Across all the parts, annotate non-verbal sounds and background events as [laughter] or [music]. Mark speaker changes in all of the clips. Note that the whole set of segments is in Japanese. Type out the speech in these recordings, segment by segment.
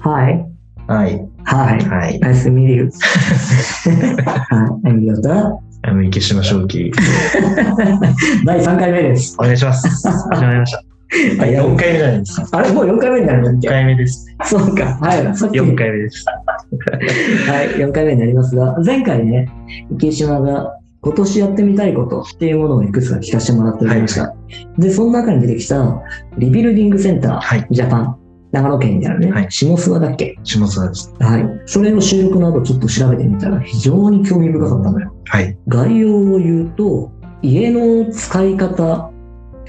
Speaker 1: Hi.
Speaker 2: はい。
Speaker 1: Hi.
Speaker 2: はい。
Speaker 1: Nice to meet you. Hi. I'm Yota.
Speaker 2: あの、池島正輝。
Speaker 1: 第3回目です。
Speaker 2: お願いします。始まりました。
Speaker 1: あ
Speaker 2: はい、
Speaker 1: や
Speaker 2: 4回目じゃないですか。
Speaker 1: あれもう4回目になるん
Speaker 2: 4
Speaker 1: だっ
Speaker 2: 回目ですね。
Speaker 1: けそうか。はい。さっき
Speaker 2: 4回目です。
Speaker 1: はい、4回目になりますが、前回ね、池島が今年やってみたいことっていうものをいくつか聞かせてもらっておりました。で、その中に出てきた、リビルディングセンタ
Speaker 2: はい。
Speaker 1: ー、ジャパン、長野県にあるね、
Speaker 2: はい
Speaker 1: 下諏訪だっけ
Speaker 2: 下沢です。
Speaker 1: はい。それを収録の後ちょっと調べてみたら、非常に興味深かったのよ。
Speaker 2: はい。
Speaker 1: 概要を言うと、家の使い方、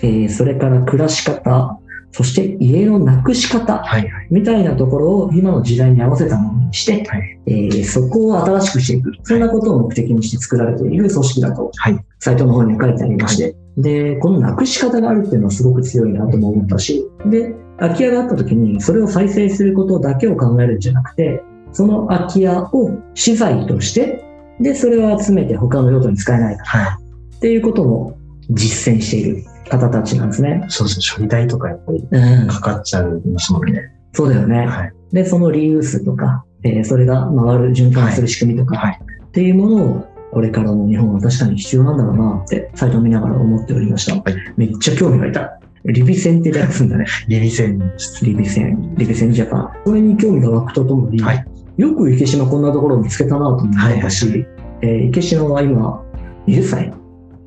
Speaker 1: えーそれから暮らし方、そして家のなくし方
Speaker 2: はい。はい。
Speaker 1: みたいなところを今の時代に合わせたものにして、
Speaker 2: はい。
Speaker 1: えーそこを新しくしていく、そんなことを目的にして作られている組織だと、
Speaker 2: はい
Speaker 1: サイトの方に書いてありまして、で、このなくし方があるっていうのはすごく強いなとも思ったし、で、空き家があった時に、それを再生することだけを考えるんじゃなくて、その空き家を資材として、で、それを集めて他の用途に使えないか
Speaker 2: は
Speaker 1: っていうことも実践している方たちなんですね。
Speaker 2: い。そうですね。処理代とかやっぱり
Speaker 1: うん、
Speaker 2: かかっちゃいますもんね。
Speaker 1: そうだよね。
Speaker 2: はい。
Speaker 1: で、そのリユースとか、えーそれが回る、循環する仕組みとか、
Speaker 2: はい。
Speaker 1: っていうものをこれからの日本は確かに必要なんだろうなってサイトを見ながら思っておりました、
Speaker 2: はい
Speaker 1: めっちゃ興味がいたリビセンってやつんだね
Speaker 2: 指線です。
Speaker 1: リビセンリビセンジャパンそれに興味が湧くとともに、
Speaker 2: はい
Speaker 1: よく池島こんなところを見つけたなと思ったし、
Speaker 2: は
Speaker 1: えー池島は今20歳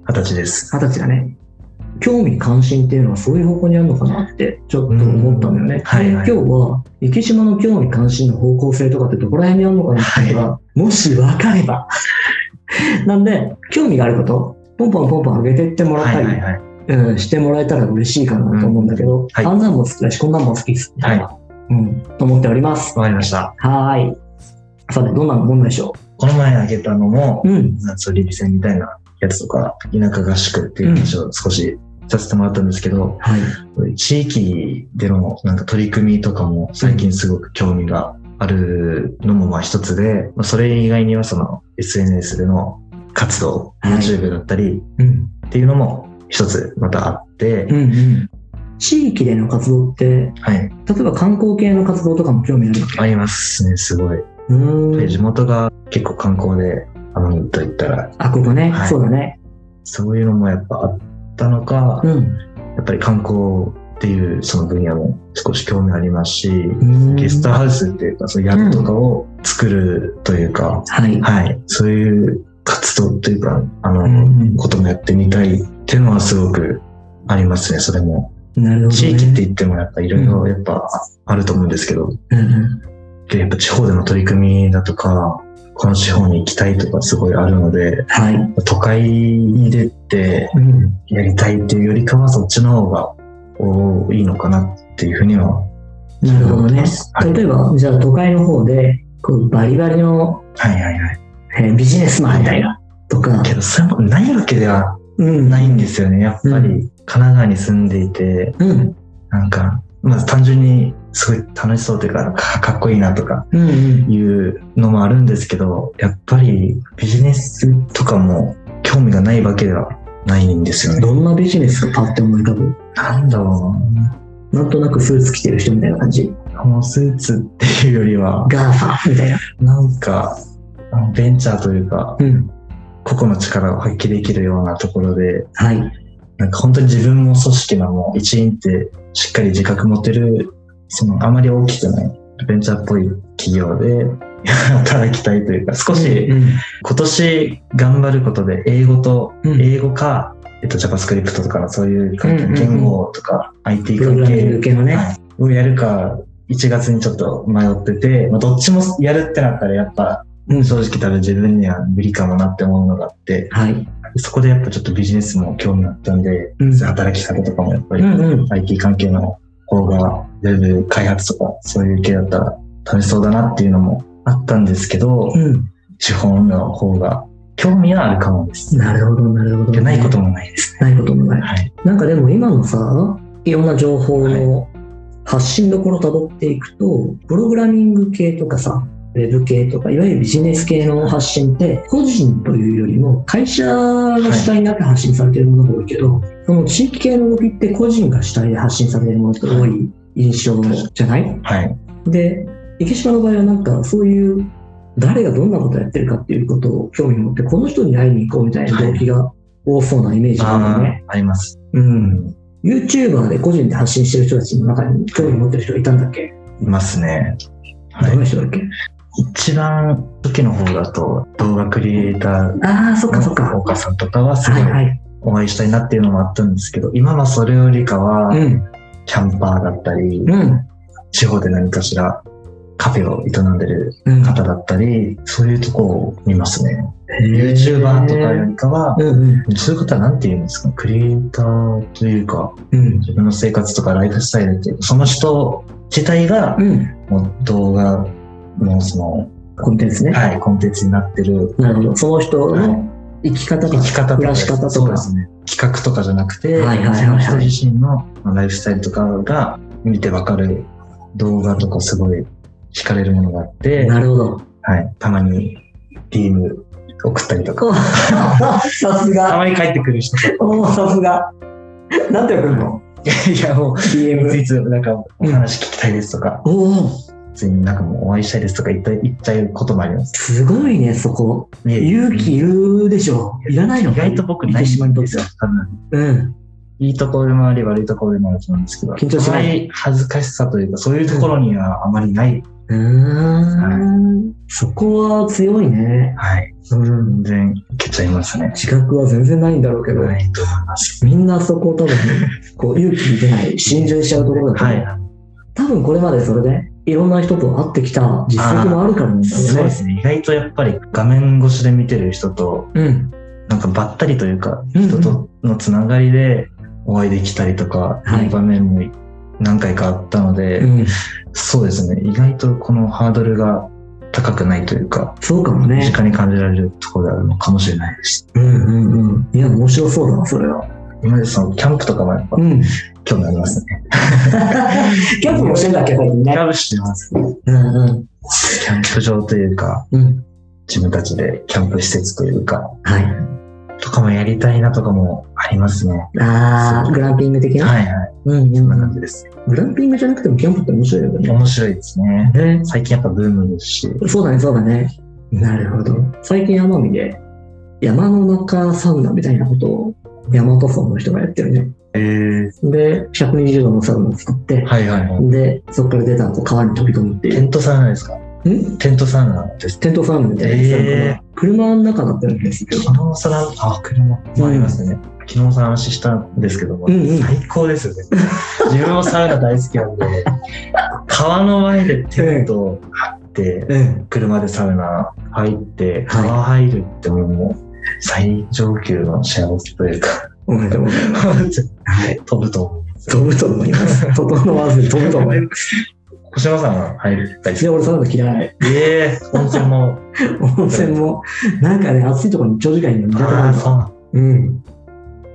Speaker 2: 二十歳です。
Speaker 1: 20歳だね興味関心っていうのはそういう方向にあるのかなってちょっと思ったんだよね、
Speaker 2: うんはいはい
Speaker 1: で今日は池島の興味関心の方向性とかってどこら辺にあるのかなっていうのが、もし分かれば [laughs] なんで興味があることポンポンポンポン上げてってもらっ
Speaker 2: は
Speaker 1: た
Speaker 2: い。
Speaker 1: り、
Speaker 2: はい。はい。
Speaker 1: うん、してもらえたら嬉しいかなと思うんだけど、
Speaker 2: はい
Speaker 1: あんなんも好きだしこんなんも好きですみたいな、うん、と思っております
Speaker 2: わかりました。
Speaker 1: はーいさてどんなもんでしょ
Speaker 2: この前あげたのも
Speaker 1: う、うん
Speaker 2: そう、リビ線みたいなやつとか、田舎合宿っていう話を少しさせてもらったんですけど、
Speaker 1: はい
Speaker 2: 地域でのなんか取り組みとかも最近すごく興味があるのもまあ一つで、まあ、それ以外にはその SNS での活動、
Speaker 1: はい
Speaker 2: YouTube だったり
Speaker 1: うん
Speaker 2: っていうのも一つまたあって、
Speaker 1: うんうん地域での活動って
Speaker 2: はい、
Speaker 1: 例えば観光系の活動とかも興味あるわけ
Speaker 2: ありますね、すごい。
Speaker 1: うー
Speaker 2: で
Speaker 1: ん
Speaker 2: 地元が結構観光で天海といったら、
Speaker 1: あここね、
Speaker 2: はい
Speaker 1: そうだね
Speaker 2: そういうのもやっぱあったのか、
Speaker 1: うん
Speaker 2: やっぱり観光っていうその分野も少し興味ありますし、
Speaker 1: うん
Speaker 2: ゲストハウスっていうか、そういう宿とかを作るというか、
Speaker 1: はい、
Speaker 2: はい、そういう活動というか、あの、
Speaker 1: うん
Speaker 2: こともやってみたいっていうのはすごくありますね、それも。
Speaker 1: なるほど、ね、
Speaker 2: 地域って言ってもやっぱいろいろ
Speaker 1: うん
Speaker 2: やっぱあると思うんですけど、
Speaker 1: うんうん
Speaker 2: でやっぱ地方での取り組みだとか、この地方に行きたいとかすごいあるので、
Speaker 1: はい、
Speaker 2: 都会に出て
Speaker 1: うん、
Speaker 2: やりたいっていうよりかはそっちの方が多いのかなっていうふうには
Speaker 1: なるほど
Speaker 2: 思って
Speaker 1: ね
Speaker 2: ます。はい
Speaker 1: 例えばじゃあ都会の方でこうバリバリの、
Speaker 2: はいはいはい。
Speaker 1: えービジネスマンみたいなとか、
Speaker 2: けどそれもないわけでは
Speaker 1: うん
Speaker 2: ないんですよね。やっぱり神奈川に住んでいて、
Speaker 1: うん
Speaker 2: なんか、まず単純にすごい楽しそうというか、かかっこいいなとか
Speaker 1: うんうん
Speaker 2: いうのもあるんですけど、やっぱりビジネスとかも興味がないわけではないんですよね。
Speaker 1: どんなビジネスがパって思い浮かぶ
Speaker 2: なんだろうな。
Speaker 1: なんとなくスーツ着てる人みたいな感じ
Speaker 2: このスーツっていうよりは、
Speaker 1: ガーファみたいな、
Speaker 2: なんか、あのベンチャーというか、
Speaker 1: うん、
Speaker 2: 個々の力を発揮できるようなところで、
Speaker 1: はい
Speaker 2: なんか本当に自分も組織のもう一員ってしっかり自覚持てる、そのあまり大きくないベンチャーっぽい企業で [laughs] 働きたいというか、少し
Speaker 1: うん
Speaker 2: 今年頑張ることで英語と、
Speaker 1: うん
Speaker 2: 英語か、えっと、JavaScript とかのそういう関
Speaker 1: うんうんう
Speaker 2: 係
Speaker 1: ん
Speaker 2: 言語とか IT
Speaker 1: プログ
Speaker 2: 関
Speaker 1: ラミング
Speaker 2: 係
Speaker 1: 系のね、
Speaker 2: はいをやるか、1月にちょっと迷ってて、まあ、どっちもやるってなったらやっぱ
Speaker 1: うん
Speaker 2: 正直多分自分には無理かもなって思うのがあって、
Speaker 1: はい
Speaker 2: そこでやっぱちょっとビジネスも興味あったんで、
Speaker 1: うん
Speaker 2: 働き方とかもやっぱ
Speaker 1: う
Speaker 2: り
Speaker 1: んうん
Speaker 2: IT 関係の方が、ウェブ開発とかそういう系だったら楽しそうだなっていうのもあったんですけど、
Speaker 1: うん
Speaker 2: 資本の方が興味はあるかもです。
Speaker 1: なるほどなるほど、
Speaker 2: でないこともないです。
Speaker 1: ないこともない
Speaker 2: はい。
Speaker 1: なんかでも今のさ、いろんな情報の発信どころをたどっていくと、プログラミング系とかさ、ウェブ系とか、いわゆるビジネス系の発信って、個人というよりも会社が主体になって発信されているものが多いけど、その地域系の動きって個人が主体で発信されているものって多い印象じゃない
Speaker 2: はい。
Speaker 1: で、池島の場合はなんかそういう誰がどんなことやってるかっていうことを興味持ってこの人に会いに行こうみたいな動機が多そうなイメージがある
Speaker 2: あ
Speaker 1: よね。
Speaker 2: あ、あります。
Speaker 1: うん。YouTuber で個人で発信してる人たちの中に興味持ってる人がいたんだっけ、
Speaker 2: いますね。は
Speaker 1: どん
Speaker 2: い。
Speaker 1: な人だっけ
Speaker 2: 一番初期の方だと、動画クリエイター
Speaker 1: ああ、そっかそっ
Speaker 2: の
Speaker 1: か。
Speaker 2: 岡さんとかはすご
Speaker 1: はいいはい。
Speaker 2: お会いしたいなっていうのもあったんですけど、今はそれよりか
Speaker 1: う
Speaker 2: は、
Speaker 1: ん。
Speaker 2: キャンパーだったり、
Speaker 1: うん。
Speaker 2: 地方で何かしらカフェを営んでる
Speaker 1: うん。
Speaker 2: 方だったり、そういうとこを見ますね。
Speaker 1: へー
Speaker 2: YouTuber とかよりかは、
Speaker 1: うんうん。
Speaker 2: そういう方は何て言うんですかクリエイターというか、
Speaker 1: うん。
Speaker 2: 自分の生活とかライフスタイルっていうかその人自体が
Speaker 1: うん。
Speaker 2: もう動画のその、
Speaker 1: コンテンツね。
Speaker 2: はい、コンテンツになってる、
Speaker 1: なるほど。その人
Speaker 2: は
Speaker 1: の生き方
Speaker 2: い、
Speaker 1: とか
Speaker 2: 生き方と
Speaker 1: 暮
Speaker 2: から
Speaker 1: し方と
Speaker 2: そうで
Speaker 1: か。
Speaker 2: すね企画とかじゃなくて、
Speaker 1: はいはいはいはい
Speaker 2: その人自身のまあライフスタイルとかが見てわかる動画とかすごい惹かれるものがあって、
Speaker 1: なるほど。
Speaker 2: はい、たまに DM 送ったりとか、
Speaker 1: おさす
Speaker 2: た
Speaker 1: が。
Speaker 2: まに帰ってくる人と
Speaker 1: おお、さすが。なんて送るの
Speaker 2: か、いやもう、い
Speaker 1: ?DM。
Speaker 2: つなんかお話聞きたいですとか、
Speaker 1: おお、
Speaker 2: 普通になんかもうお会いしたいですとか言った言っちゃうこともあります。
Speaker 1: すごいね、そこ。
Speaker 2: ね
Speaker 1: 勇気いるでしょ。いらないの
Speaker 2: 意外と僕、
Speaker 1: 池島にとっては。
Speaker 2: 多分
Speaker 1: うん。
Speaker 2: いいところでもあり、悪いところでもあると思うんですけど、
Speaker 1: 緊張しない
Speaker 2: あまり恥ずかしさというか、そういうところにはあまりない。
Speaker 1: うーん。そこは強いね。
Speaker 2: はい。
Speaker 1: うん。
Speaker 2: 全然いけちゃいますね。
Speaker 1: 自覚は全然ないんだろうけど、
Speaker 2: はい。と思いま
Speaker 1: みんなそこを
Speaker 2: [laughs]
Speaker 1: 多分、こう勇気出ない、心中しちゃうところだと
Speaker 2: す。
Speaker 1: 思う、
Speaker 2: は
Speaker 1: 多分これまでそれで、いろんな人と会ってきた実績もあるからなん
Speaker 2: い。
Speaker 1: だろうね。
Speaker 2: そうですね。意外とやっぱり画面越しで見てる人と、
Speaker 1: うん。
Speaker 2: なんかばったりというか、
Speaker 1: うんうん
Speaker 2: 人とのつながりでお会いできたりとか、
Speaker 1: はい
Speaker 2: いう場面も何回かあったので、
Speaker 1: うん。
Speaker 2: そうですね。意外とこのハードルが高くないというか、
Speaker 1: そうかも
Speaker 2: 身
Speaker 1: ね。
Speaker 2: 近に感じられるところであるのかもしれないです。
Speaker 1: うんうんうん。いや、面白そうだな、それは。
Speaker 2: 今までそのキャンプとかもやっぱ
Speaker 1: うん。
Speaker 2: 興味ありますね。
Speaker 1: [laughs] キャンプもしてんだっけ、最近
Speaker 2: キ
Speaker 1: ね。
Speaker 2: ャンプしてます。
Speaker 1: うんうん。
Speaker 2: キャンプ場というか、
Speaker 1: うん。
Speaker 2: 自分たちでキャンプ施設というか、
Speaker 1: はい。
Speaker 2: とかもやりたいなとかもありますね。
Speaker 1: あ
Speaker 2: そ
Speaker 1: ー、
Speaker 2: う
Speaker 1: グランピング的な。
Speaker 2: はいはい。
Speaker 1: うん
Speaker 2: そ
Speaker 1: うんん
Speaker 2: な
Speaker 1: う
Speaker 2: 感
Speaker 1: ん。
Speaker 2: じです。
Speaker 1: グランピングじゃなくてもキャンプって面白いよね。
Speaker 2: 面白いですね。
Speaker 1: ね
Speaker 2: 最近やっぱブームですし。
Speaker 1: そうだね、そうだね。なるほど。最近奄美で山の中サウナみたいなことを大和村の人がやってるね。
Speaker 2: えー、
Speaker 1: で、120度のサウナを作って、
Speaker 2: はいはいはい。
Speaker 1: で、そこから出た後川に飛び込むってい
Speaker 2: テ
Speaker 1: う。
Speaker 2: ントサウナですか
Speaker 1: ん
Speaker 2: テントサウナです。
Speaker 1: テントサウナみたいなやつなのかな
Speaker 2: え
Speaker 1: 車の中だったんですけど。
Speaker 2: 昨日さら、あ、車もありますね。昨日さ話したんですけども、
Speaker 1: うんうん
Speaker 2: 最高ですよね。自分もサウナ大好きなんで、川の前でテントを張って、
Speaker 1: うん。
Speaker 2: 車でサウナ入っ
Speaker 1: は
Speaker 2: て、
Speaker 1: い
Speaker 2: 川入るってもうもう最上級の幸せというか、
Speaker 1: おめでとうございます。はい。
Speaker 2: 飛ぶと思う。
Speaker 1: 飛ぶと思い [laughs] ます。整わずに飛ぶと思い [laughs] ま。
Speaker 2: 小島さんは入りたいですす
Speaker 1: い
Speaker 2: か
Speaker 1: や、俺サウナ嫌い。
Speaker 2: ええ温泉も。
Speaker 1: 温泉も、なんかね、暑いところに長時間いるの苦手なんだ
Speaker 2: そうなん
Speaker 1: うん。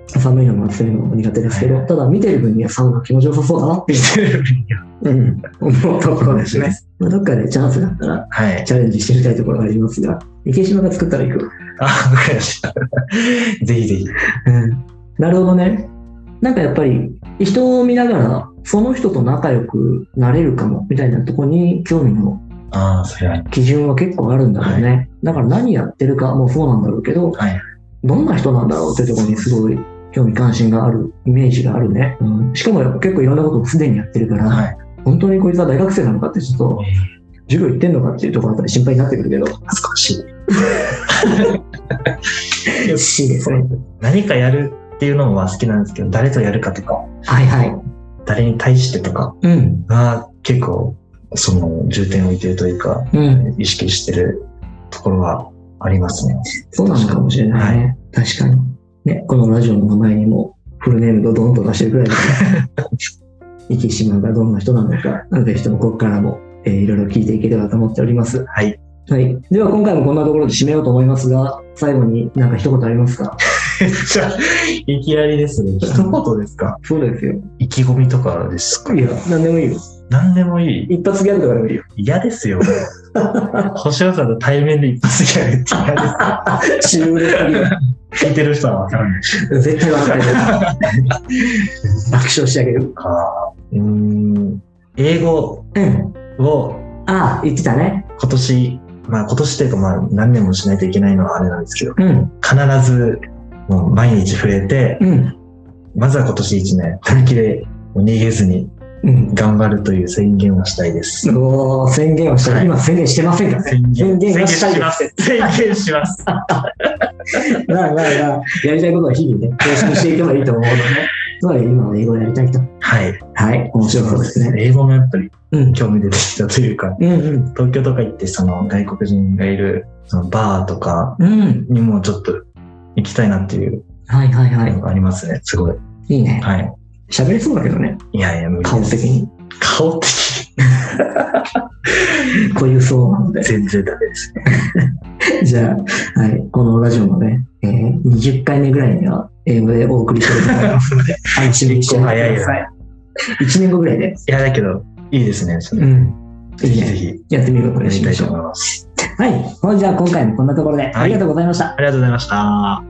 Speaker 1: 寒いのも暑いのも苦手ですけど、
Speaker 2: はい
Speaker 1: ただ見てる分にはサウナ気持ちよさそうだなっていう、うん、思うところですね。まあ、どっかでチャンスがあったら
Speaker 2: はい。
Speaker 1: チャレンジしてみたいところがありますが、池島が作ったら行く。
Speaker 2: あ、わかりました。ぜひぜひ。
Speaker 1: うん。なるほどね。なんかやっぱり人を見ながら、その人と仲良くなれるかもみたいなところに興味の
Speaker 2: ああ、それは。
Speaker 1: 基準は結構あるんだろうね。だから何やってるかもそうなんだろうけど、
Speaker 2: はい。
Speaker 1: どんな人なんだろうっていうところにすごい興味関心があるイメージがあるね。うん、しかも結構いろんなことをすでにやってるから、
Speaker 2: はい。
Speaker 1: 本当にこいつは大学生なのかってちょっと授業行ってんのかっていうところだったり心配になってくるけ
Speaker 2: [laughs]
Speaker 1: ど。
Speaker 2: 恥ずかしい。
Speaker 1: しいですね。
Speaker 2: 何かやるっていうのもまあ好きなんですけど、誰とやるかとか、
Speaker 1: はいはい。
Speaker 2: 誰に対してとか
Speaker 1: うん。
Speaker 2: が結構、その重点を置いてるというか、
Speaker 1: うん。
Speaker 2: 意識してるところはありますね。
Speaker 1: そうなのかもしれないね。確かに。ね、このラジオの名前にもフルネームとドンと出してるくらいだから、 [laughs] 池島がどんな人なのか、なんか人もここからも、えーいろいろ聞いていければと思っております。
Speaker 2: はい。
Speaker 1: はい。では今回もこんなところで締めようと思いますが、最後になんか一言ありますか
Speaker 2: [laughs] じゃあ、いきなりですね。一言ですか
Speaker 1: そうですよ。
Speaker 2: 意気込みとかですか
Speaker 1: いや、何でもいいよ。
Speaker 2: 何でもいい。
Speaker 1: 一発ギャグとかでもいいよ。
Speaker 2: 嫌ですよ。星野さんと対面で一発ギャグって嫌ですよ。
Speaker 1: シュールすぎる
Speaker 2: 聞いてる人は分からない。
Speaker 1: 絶対わかんない。爆笑してあげる。
Speaker 2: あーうーん。英語
Speaker 1: うん。
Speaker 2: を
Speaker 1: ああ、言ってたね。
Speaker 2: 今年、まあ今年というかまあ何年もしないといけないのはあれなんですけど、
Speaker 1: うん、
Speaker 2: 必ずもう毎日触れて、
Speaker 1: うん、
Speaker 2: まずは今年1年、本気でもう逃げずに
Speaker 1: うん。
Speaker 2: 頑張るという宣言をしたいです。
Speaker 1: おー宣言をした、
Speaker 2: はい
Speaker 1: 今宣言してませんからね。
Speaker 2: 宣
Speaker 1: 宣言
Speaker 2: 宣
Speaker 1: が
Speaker 2: 言
Speaker 1: したい
Speaker 2: し
Speaker 1: で
Speaker 2: ます。宣言します。
Speaker 1: まあまあまあ、やりたいことは日々ね、更新していけばいいと思うので、ね、つまり今は英語をやりたいと。
Speaker 2: はい。
Speaker 1: はい、面白そうですね。
Speaker 2: 英語もやっぱり
Speaker 1: うん、
Speaker 2: 興味出てきたというか、
Speaker 1: うん、
Speaker 2: 東京とか行ってその外国人がいるそのバーとか
Speaker 1: うん。うん、
Speaker 2: にもちょっと行きたいなっていう
Speaker 1: はいはいは
Speaker 2: のがありますね。すごい。
Speaker 1: い。いいね。
Speaker 2: はい。
Speaker 1: 喋れそうだけどね、
Speaker 2: いやいや、無理
Speaker 1: 顔
Speaker 2: で
Speaker 1: 的
Speaker 2: す。
Speaker 1: に。
Speaker 2: 顔的
Speaker 1: こういうそうなので。
Speaker 2: 全然ダメですね。
Speaker 1: [laughs] じゃあ、はい、このラジオのね、えー、20回目ぐらいには英語でお送りしてると思いますので、楽しみにして [laughs] おいてください。1年後ぐらいで。
Speaker 2: いや、だけど、いいですね。それ
Speaker 1: うん。
Speaker 2: ぜ
Speaker 1: いい
Speaker 2: ひ
Speaker 1: ね
Speaker 2: ぜひ、
Speaker 1: やってみることに
Speaker 2: やり
Speaker 1: したま
Speaker 2: い
Speaker 1: し
Speaker 2: と
Speaker 1: ょう。
Speaker 2: 思います。
Speaker 1: はい。ほいじゃあ今回もこんなところで、ありがとうございました。
Speaker 2: ありがとうございました。